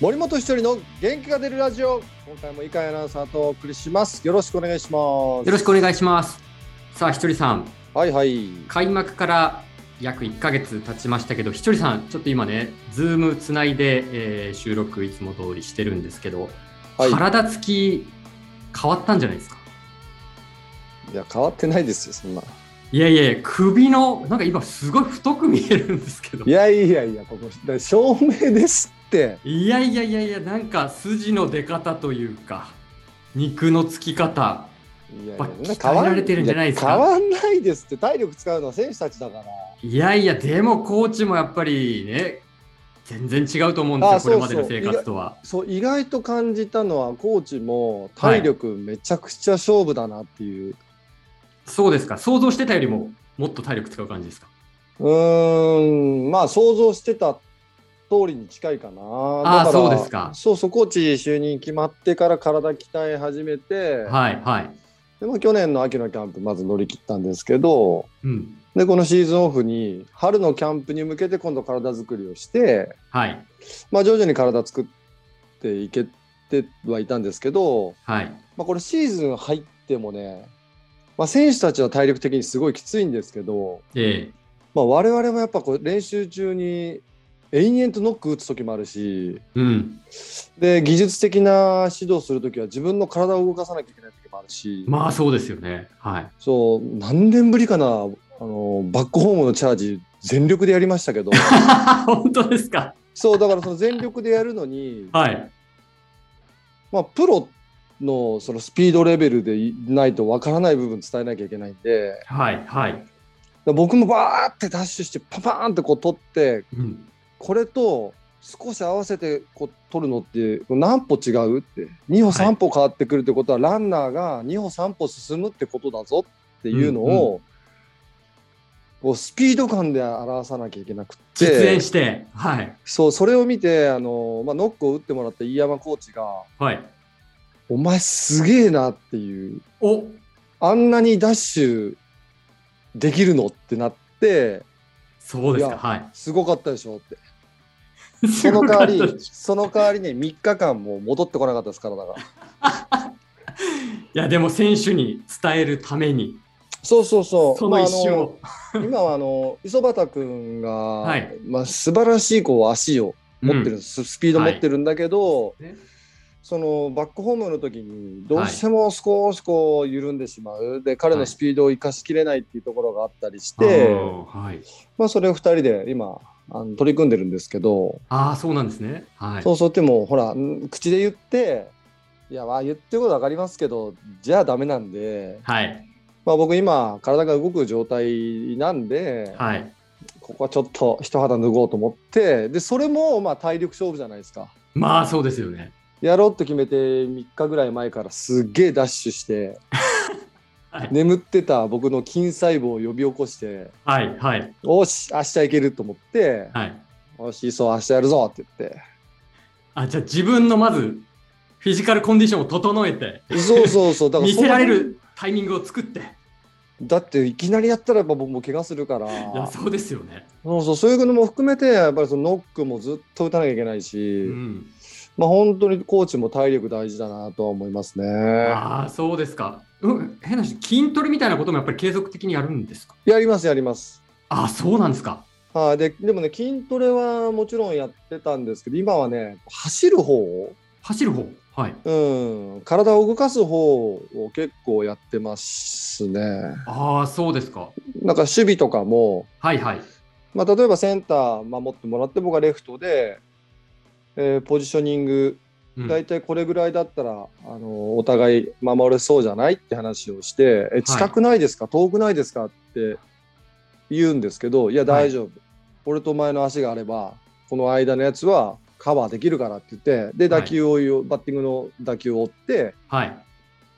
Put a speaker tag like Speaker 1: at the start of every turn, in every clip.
Speaker 1: 森本一人の元気が出るラジオ今回も井上アナウンサーとお送りしますよろしくお願いします
Speaker 2: よろしくお願いします。さあ、ひとりさん、
Speaker 1: はいはい
Speaker 2: 開幕から約1ヶ月経ちましたけど、ひとりさん、ちょっと今ね、ズームつないで、えー収録いつも通りしてるんですけど、
Speaker 1: はい
Speaker 2: 体つき変わったんじゃないですか
Speaker 1: いや変わってないですよそんない
Speaker 2: やいやいや、首の、なんか今すごい太く見えるんですけど。
Speaker 1: いやいやいやここだから照明ですって
Speaker 2: いやいやいやいや、なんか筋の出方というか、肉のつき方。
Speaker 1: いやい
Speaker 2: ま
Speaker 1: や
Speaker 2: あ
Speaker 1: そんな変わ
Speaker 2: 鍛えられてるんじゃないですか
Speaker 1: や変わんないですって体力使うのは選手たちだから
Speaker 2: いやいや、でもコーチもやっぱりね、全然違うと思うんですよ、
Speaker 1: あ
Speaker 2: これま
Speaker 1: そうそ
Speaker 2: で
Speaker 1: う
Speaker 2: の生活とは。
Speaker 1: そう意外と感じたのはコーチも体力めちゃくちゃ勝負だなっていう、
Speaker 2: そうですか、想像してたよりももっと体力使う感じですか。
Speaker 1: うーんまあ想像してた通りに近いかな
Speaker 2: あー
Speaker 1: だら
Speaker 2: そうですか
Speaker 1: そうそうコーチ就任決まってから体鍛え始めて、
Speaker 2: はいはい。
Speaker 1: でまあ去年の秋のキャンプまず乗り切ったんですけど
Speaker 2: うん。
Speaker 1: でこのシーズンオフに春のキャンプに向けて今度体作りをして、
Speaker 2: はい
Speaker 1: まあ、徐々に体作っていけてはいたんですけど、
Speaker 2: はい。
Speaker 1: まあ、これシーズン入ってもね、まあ、選手たちは体力的にすごいきついんですけど、
Speaker 2: え
Speaker 1: まあ、我々もやっぱこう練習中に延々とノック打つ時もあるし
Speaker 2: えうん。
Speaker 1: で技術的な指導する時は自分の体を動かさなきゃいけない時もあるし、
Speaker 2: まあそうですよね。はい。
Speaker 1: そう何年ぶりかなあのバックホームのチャージ全力でやりましたけ ど
Speaker 2: 本当ですか。
Speaker 1: そうだからその全力でやるのに、
Speaker 2: はい。
Speaker 1: まあ、プロのそのスピードレベルでいないとわからない部分伝えなきゃいけないんで。
Speaker 2: はいはい。
Speaker 1: で僕もバーってダッシュしてパパーンってこう取って
Speaker 2: うん。
Speaker 1: これと少し合わせてこう取るのって何歩違うって2歩3歩変わってくるってことは、ランナーが2歩3歩進むってことだぞっていうのを、こうスピード感で表さなきゃいけなく
Speaker 2: 実演
Speaker 1: て
Speaker 2: して。はい。
Speaker 1: そうそれを見てあの、まあ、ノックを打ってもらった飯山コーチが
Speaker 2: はい。
Speaker 1: 「お前すげえな」っていう
Speaker 2: お
Speaker 1: あんなにダッシュできるのってなって
Speaker 2: そうで
Speaker 1: い
Speaker 2: すか。
Speaker 1: や
Speaker 2: は
Speaker 1: すごかったでしょって。
Speaker 2: い。
Speaker 1: その代わ
Speaker 2: すごかった
Speaker 1: り
Speaker 2: です、
Speaker 1: その代わりね、3日間もう戻ってこなかったですから、だから。
Speaker 2: いやでも選手に伝えるために
Speaker 1: そうそうそう。
Speaker 2: その一
Speaker 1: ま
Speaker 2: 瞬
Speaker 1: あ
Speaker 2: を。
Speaker 1: あの今はあの磯畑君が、
Speaker 2: い
Speaker 1: まあ、素晴らしいこう足を持ってる、
Speaker 2: うん
Speaker 1: ススピード持ってるんだけど、
Speaker 2: ね
Speaker 1: そのバックホームの時にどうしても少しこう緩んでしまう、で彼のスピードを生かしきれないっていうところがあったりし
Speaker 2: あ
Speaker 1: て、
Speaker 2: ーはい。
Speaker 1: まあ、それを2人で今あの取り組んでるんですけど、
Speaker 2: ああそうなんですね。はい。
Speaker 1: そうそうでもほらん口で言っていやまあ言ってること分かりますけどじゃあダメなんで、
Speaker 2: はい
Speaker 1: まあ、僕今体が動く状態なんで、
Speaker 2: はい。
Speaker 1: ここはちょっと一肌脱ごうと思ってでそれもまあ体力勝負じゃないですか
Speaker 2: まあそうですよね。
Speaker 1: やろうと決めて3日ぐらい前からすっげえダッシュして、
Speaker 2: はい
Speaker 1: 眠ってた僕の筋細胞を呼び起こして
Speaker 2: はいはい
Speaker 1: 「おし明日いける」と思って
Speaker 2: はい。
Speaker 1: 「よしそう明日やるぞ」って言って。
Speaker 2: あ、じゃあ自分のまず、フィジカルコンディションを整えて、
Speaker 1: そうそうそうだから
Speaker 2: 見
Speaker 1: その
Speaker 2: せられるタイミングを作って。い
Speaker 1: だっていきなりやったらやっぱ僕も怪我するから
Speaker 2: や、そうですよね。
Speaker 1: そうそうそういうのも含めてやっぱりそのノックもずっと打たなきゃいけないし、
Speaker 2: うん。
Speaker 1: まあ本当にコーチも体力大事だなとは思いますね。
Speaker 2: ああ、そうですか。うん、変な話、筋トレみたいなこともやっぱり継続的にやるんですか
Speaker 1: やりますやります。
Speaker 2: ああ、そうなんですか。
Speaker 1: はいででもね筋トレはもちろんやってたんですけど今はね走る方を、
Speaker 2: 走る方。はい。
Speaker 1: うん、体を動かす方を結構やってますね。
Speaker 2: ああ、そうですか。
Speaker 1: なんか守備とかも
Speaker 2: はいはい。
Speaker 1: まあ、例えばセンター守ってもらって僕はレフトで、えーポジショニング
Speaker 2: うん
Speaker 1: 大体これぐらいだったら、あのお互い守れそうじゃないって話をして「え近くないですか、遠くないですか?」って言うんですけど「いや大丈夫、俺とお前の足があればこの間のやつはカバーできるから」って言ってで
Speaker 2: はい
Speaker 1: 打球を追い、バッティングの打球を追って
Speaker 2: はい。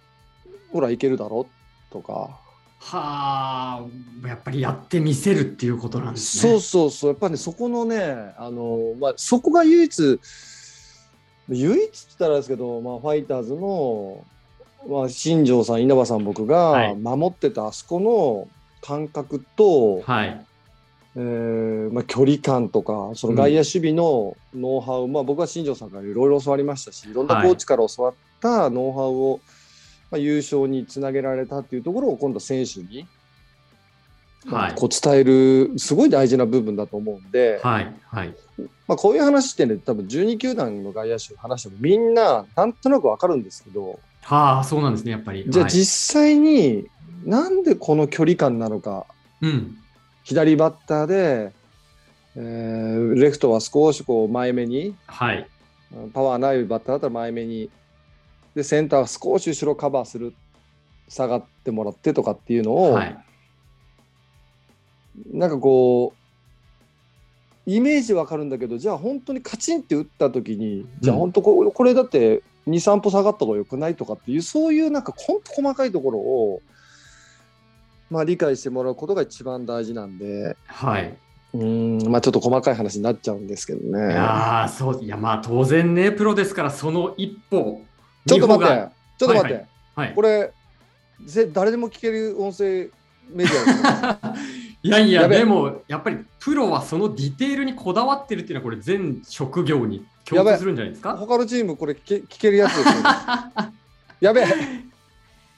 Speaker 1: 「ほらいけるだろ」とか、
Speaker 2: はあ、やっぱりやってみせるっていうことなんですね。
Speaker 1: そうそうそうやっぱり、ね、そこのねあの、まあ、そこが唯一唯一って言ったらですけど、まあ、ファイターズの、まあ、新庄さん稲葉さん僕
Speaker 2: は
Speaker 1: が
Speaker 2: い
Speaker 1: 守ってたあそこの感覚と、
Speaker 2: はい。
Speaker 1: えーまあ、距離感とかその外野守備のノウハウ、まあ、僕は新庄さんからいろいろ教わりましたしいろんなコーチから教わったノウハウを、まあ、優勝につなげられたっていうところを今度選手に、ま
Speaker 2: は
Speaker 1: あ
Speaker 2: い。
Speaker 1: こう伝えるすごい大事な部分だと思うんで、
Speaker 2: はい。はい。
Speaker 1: まあ、こういう話ってね多分12球団の外野手の話でもみんななんとなくわかるんですけど
Speaker 2: はあ、そうなんですね、やっぱり。
Speaker 1: じゃあ
Speaker 2: はい
Speaker 1: 実際になんでこの距離感なのか
Speaker 2: うん。
Speaker 1: 左バッターで、えーレフトは少しこう前目に
Speaker 2: はい。
Speaker 1: パワーないバッターだったら前目にでセンターは少し後ろカバーする下がってもらってとかっていうのを、
Speaker 2: はい。
Speaker 1: なんかこうイメージわかるんだけどじゃあ本当にカチンって打った時に、じゃあ本当ここれだって23歩下がった方が良くないとかっていうそういうなんかほんと細かいところを、まあ、理解してもらうことが一番大事なんで
Speaker 2: はい。
Speaker 1: うーんまあちょっと細かい話になっちゃうんですけど
Speaker 2: い
Speaker 1: ね。
Speaker 2: やーそう、いや、まあ、当然ね、プロですから、その一歩。
Speaker 1: ちょっと待
Speaker 2: 二
Speaker 1: っ
Speaker 2: 歩
Speaker 1: てちょっと待って。
Speaker 2: はいはい
Speaker 1: こ。れぜ誰でも聞ける音声メディアですね
Speaker 2: いやいや、
Speaker 1: やべえ
Speaker 2: でも、やっぱりプロはそのディテールにこだわってるっていうのは、これ、全職業に共通するんじゃないですか。
Speaker 1: 他のチームこれ聞け聞けるやつですよねやべえ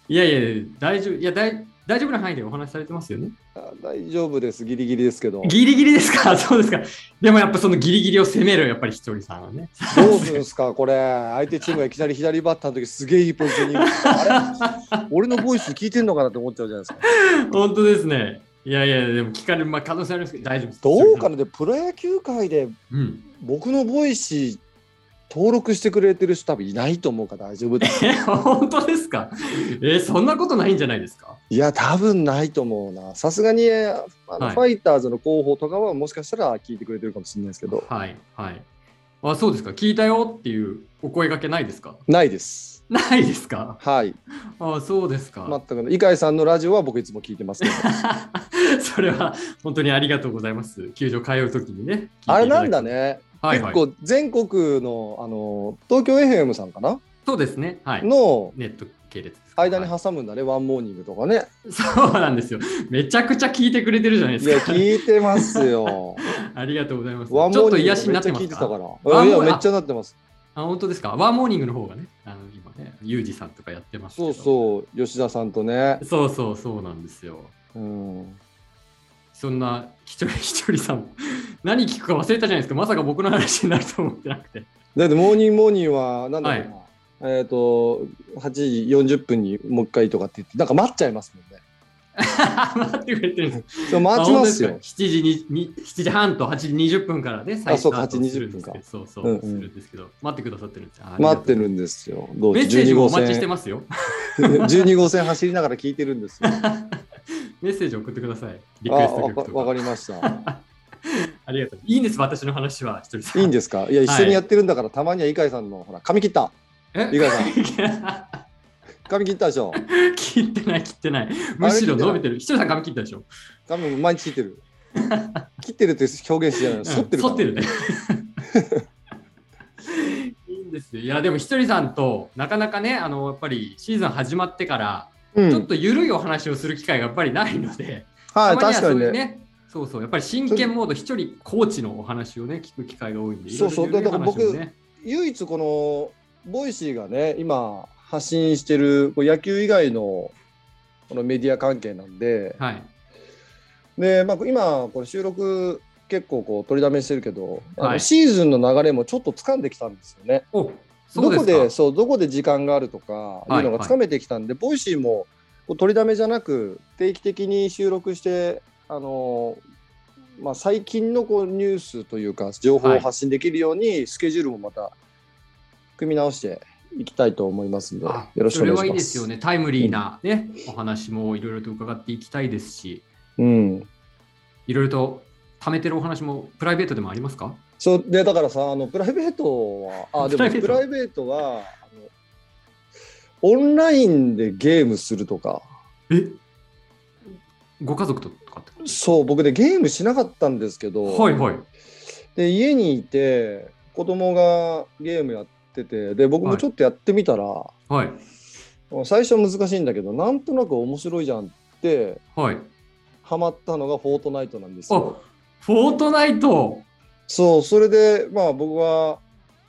Speaker 2: いやいや、大丈夫、いや、大大丈夫な範囲でお話しされてますよね。
Speaker 1: あ大丈夫ですギリギリですけど
Speaker 2: ギリギリですか、 そうですか。でもやっぱそのギリギリを攻める、やっぱりひとりさんはね。
Speaker 1: どうするんですかこれ相手チームがいきなり左バッターの時すげえいいポジショニングあれ俺のボイス聞いてんのかなって思っちゃうじゃないですか
Speaker 2: 本当ですね。いやいや、でも聞かれる、まあ、可能性ありますけど、大丈夫です。
Speaker 1: どうか
Speaker 2: な
Speaker 1: なでプロ野球界で
Speaker 2: うん。
Speaker 1: 僕のボイシー登録してくれてる人多分いないと思うから大丈夫だ
Speaker 2: え、本当ですかえそんなことないんじゃないですか
Speaker 1: いや多分ないと思うなさすがにあの、
Speaker 2: はい
Speaker 1: ファイターズの広報とかはもしかしたら聞いてくれてるかもしれないですけど
Speaker 2: はい、はい。あ、そうですか。聞いたよっていうお声掛けないですか
Speaker 1: ないです
Speaker 2: ないですか
Speaker 1: はい、
Speaker 2: あ、そうですか。
Speaker 1: 全くない。井上さんのラジオは僕いつも聞いてますけど。
Speaker 2: それは本当にありがとうございます。球場通うときにね。
Speaker 1: あれなんだ
Speaker 2: ね。
Speaker 1: ね。
Speaker 2: はい、はい。
Speaker 1: 結構全国のあの東京 FM さんかな、
Speaker 2: そうですね。はい。
Speaker 1: の
Speaker 2: ネット系列ですか。
Speaker 1: 間に
Speaker 2: は
Speaker 1: 挟むんだね、ワンモーニングとかね。
Speaker 2: いそうなんですよ。めちゃくちゃ聞いてくれてるじゃない
Speaker 1: い
Speaker 2: で
Speaker 1: や
Speaker 2: すか。
Speaker 1: 聞いてますよ。
Speaker 2: ありがとうございます。 ち
Speaker 1: ワ
Speaker 2: ょ
Speaker 1: ン
Speaker 2: っ
Speaker 1: モーニン
Speaker 2: と
Speaker 1: グめ
Speaker 2: 癒
Speaker 1: っ
Speaker 2: し
Speaker 1: ち
Speaker 2: に
Speaker 1: ゃ
Speaker 2: なってま
Speaker 1: 聞い
Speaker 2: す
Speaker 1: てたか。
Speaker 2: から
Speaker 1: いや
Speaker 2: ワンモーニング
Speaker 1: めっちゃなってます。
Speaker 2: あ、本当ですか。ワンモーニングの方がね、あの今ね、ユージさんとかやってますけ
Speaker 1: そ
Speaker 2: ど。
Speaker 1: うそう吉田さんとね。
Speaker 2: そうそうそうなんですよ。
Speaker 1: うん。
Speaker 2: そんなひとりひとりさん、 何聞くか忘れたじゃないですか。まさか僕の話になると思ってなくて。
Speaker 1: だってモーニングモーニングはなんだろうな。えっ、と8時40分にもう一回とかって言ってなんか待っちゃいますもんね。
Speaker 2: 待ってくれてるんです。
Speaker 1: そう待ちますよ。
Speaker 2: 7時にに7時半と8時20分からね、
Speaker 1: あそうか
Speaker 2: 再スタートするんですけど
Speaker 1: 8
Speaker 2: そうそう、
Speaker 1: うんうん
Speaker 2: するんですけど、待ってくださってるんです。あ
Speaker 1: 待って。
Speaker 2: あ
Speaker 1: るんですよ。ど
Speaker 2: りがとうメッセージもお
Speaker 1: 12
Speaker 2: 待ちして
Speaker 1: 線
Speaker 2: ますよ。
Speaker 1: 12号線 走りながら聞いてるんですよ。
Speaker 2: メッセージ送ってください。リ
Speaker 1: あ
Speaker 2: クエスト
Speaker 1: わ
Speaker 2: 曲
Speaker 1: か
Speaker 2: とか。
Speaker 1: わかりました。
Speaker 2: ありがとう。いいんです、私の話は、ひとりさん。
Speaker 1: いいんですかいや、一緒にやってるんだから、たまには井上さんの、ほら、髪切った
Speaker 2: え
Speaker 1: 井上さん、
Speaker 2: 切
Speaker 1: 髪切ったでしょ
Speaker 2: って ない、切ってない。むしろ伸びてる。ひとりさん髪切ったでしょ。
Speaker 1: 髪毎日切って る。切ってるって表現してないの、剃ってるか
Speaker 2: うん
Speaker 1: ら。
Speaker 2: 剃ってるね。 いいんですよ。いや、でもひとりさんとなかなかね、あの、やっぱりシーズン始まってから、
Speaker 1: うん
Speaker 2: ちょっと緩いお話をする機会がやっぱりないので、
Speaker 1: はい、
Speaker 2: たまには
Speaker 1: 確かに
Speaker 2: そういう
Speaker 1: ね。
Speaker 2: そうそう、やっぱり真剣モード、一人コーチのお話をね、聞く機会が多いんで、
Speaker 1: そうそう
Speaker 2: いろいろ緩い
Speaker 1: だから僕
Speaker 2: 話をね
Speaker 1: 唯一この、ボイシーがね、今、発信してるこう野球以外のこのメディア関係なんで、
Speaker 2: はい、
Speaker 1: でまあ、今、これ収録、結構こう取りだめしてるけど、あ
Speaker 2: は
Speaker 1: の
Speaker 2: い
Speaker 1: シーズンの流れもちょっと掴んできたんですよね。
Speaker 2: おそう
Speaker 1: ど
Speaker 2: で
Speaker 1: こ
Speaker 2: すか
Speaker 1: でそうどこで時間があるとかいうのがつかめてきたんで、ボイシーもこう取りだめじゃなく定期的に収録して、あのーまあ、最近のこうニュースというか情報
Speaker 2: は
Speaker 1: を
Speaker 2: い
Speaker 1: 発信できるようにスケジュールもまた組み直していきたいと思いますので
Speaker 2: あ
Speaker 1: よろしくお願いします。
Speaker 2: それはいいですよね、タイムリーな、ねお話もいろいろと伺っていきたいですし、
Speaker 1: うん、
Speaker 2: いろいろと貯めてるお話もプライベートでもありますか
Speaker 1: そうでだからさあのプライベートはあでもプ
Speaker 2: プラ
Speaker 1: ライベートはあのオンラインでゲームするとか。
Speaker 2: えご家族とかってこと
Speaker 1: そう僕でゲームしなかったんですけど、
Speaker 2: はいはい。
Speaker 1: で家にいて子供がゲームやっててで僕もちょっとやってみたら、
Speaker 2: はい。
Speaker 1: 最初は難しいんだけどなんとなく面白いじゃんって
Speaker 2: はい。
Speaker 1: ハマったのが「フォートナイト」なんです
Speaker 2: あ
Speaker 1: よ。
Speaker 2: フォートナイト
Speaker 1: そうそれでまあ僕は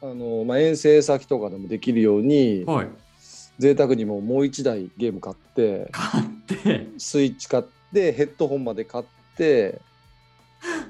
Speaker 1: あの、まあ、遠征先とかでもできるように
Speaker 2: はい。
Speaker 1: 贅沢にももう1台ゲーム買って
Speaker 2: 買って、
Speaker 1: スイッチ買ってヘッドホンまで買って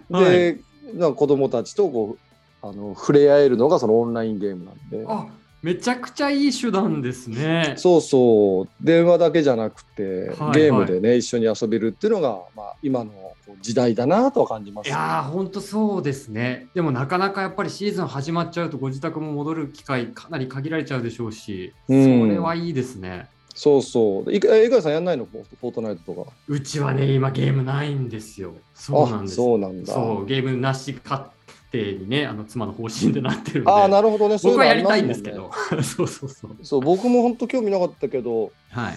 Speaker 2: は
Speaker 1: で、なんか子供たちとこうあの触れ合えるのがそのオンラインゲームなんで
Speaker 2: あめちゃくちゃいい手段ですね。
Speaker 1: そうそう電話だけじゃなくて、
Speaker 2: はい
Speaker 1: ゲームでね一緒に遊べるっていうのが、まあ、今のこう時代だなとは感じま
Speaker 2: い
Speaker 1: す
Speaker 2: やー、本当そうですね。でもなかなかやっぱりシーズン始まっちゃうと、ご自宅も戻る機会、かなり限られちゃうでしょうし、
Speaker 1: うん
Speaker 2: それはいいですね。
Speaker 1: そうそういえ江川さんやんないのフォフォートナイトとか
Speaker 2: うちはね、今ゲームないんですよ。そうなんです。
Speaker 1: そうなんだ
Speaker 2: そうゲームなし勝手にね、あの妻の方針でなってるんで、
Speaker 1: ああなるほどねそうう
Speaker 2: 僕
Speaker 1: の
Speaker 2: は
Speaker 1: あ
Speaker 2: や
Speaker 1: り
Speaker 2: り
Speaker 1: ま
Speaker 2: た
Speaker 1: す
Speaker 2: い
Speaker 1: も
Speaker 2: ん
Speaker 1: ね
Speaker 2: ですけど、 そうそうそう。
Speaker 1: そう僕も本当興味なかったけど
Speaker 2: はい。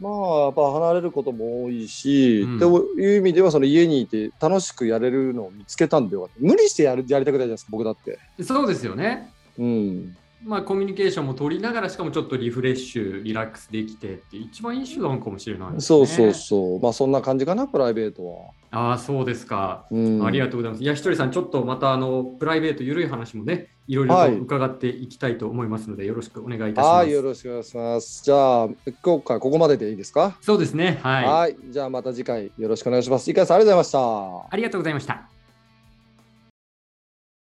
Speaker 1: まあやっぱ離れることも多いし、
Speaker 2: うん
Speaker 1: っていう意味ではその家にいて楽しくやれるのを見つけたんでよかった無理してやるやりたくないじゃないですか僕だって
Speaker 2: でそうですよね。
Speaker 1: うん
Speaker 2: まあ、コミュニケーションも取りながらしかもちょっとリフレッシュリラックスできてって一番いい手段かもしれないです、ね、
Speaker 1: そうそうそう、まあそんな感じかなプライベートは、
Speaker 2: ああそうですか、
Speaker 1: うん、
Speaker 2: ありがとうございますいやひとりさんちょっとまたあのプライベート緩い話もねいろいろ
Speaker 1: は
Speaker 2: と
Speaker 1: い
Speaker 2: 伺っていきたいと思いますので、よろしくお願いいたします、
Speaker 1: はい、よろしくお願いします。じゃあ、今回ここまででいいですか。
Speaker 2: そうですねはい
Speaker 1: はい、じゃあ、また次回よろしくお願いします。いかさん、ありがとうございました。
Speaker 2: ありがとうございました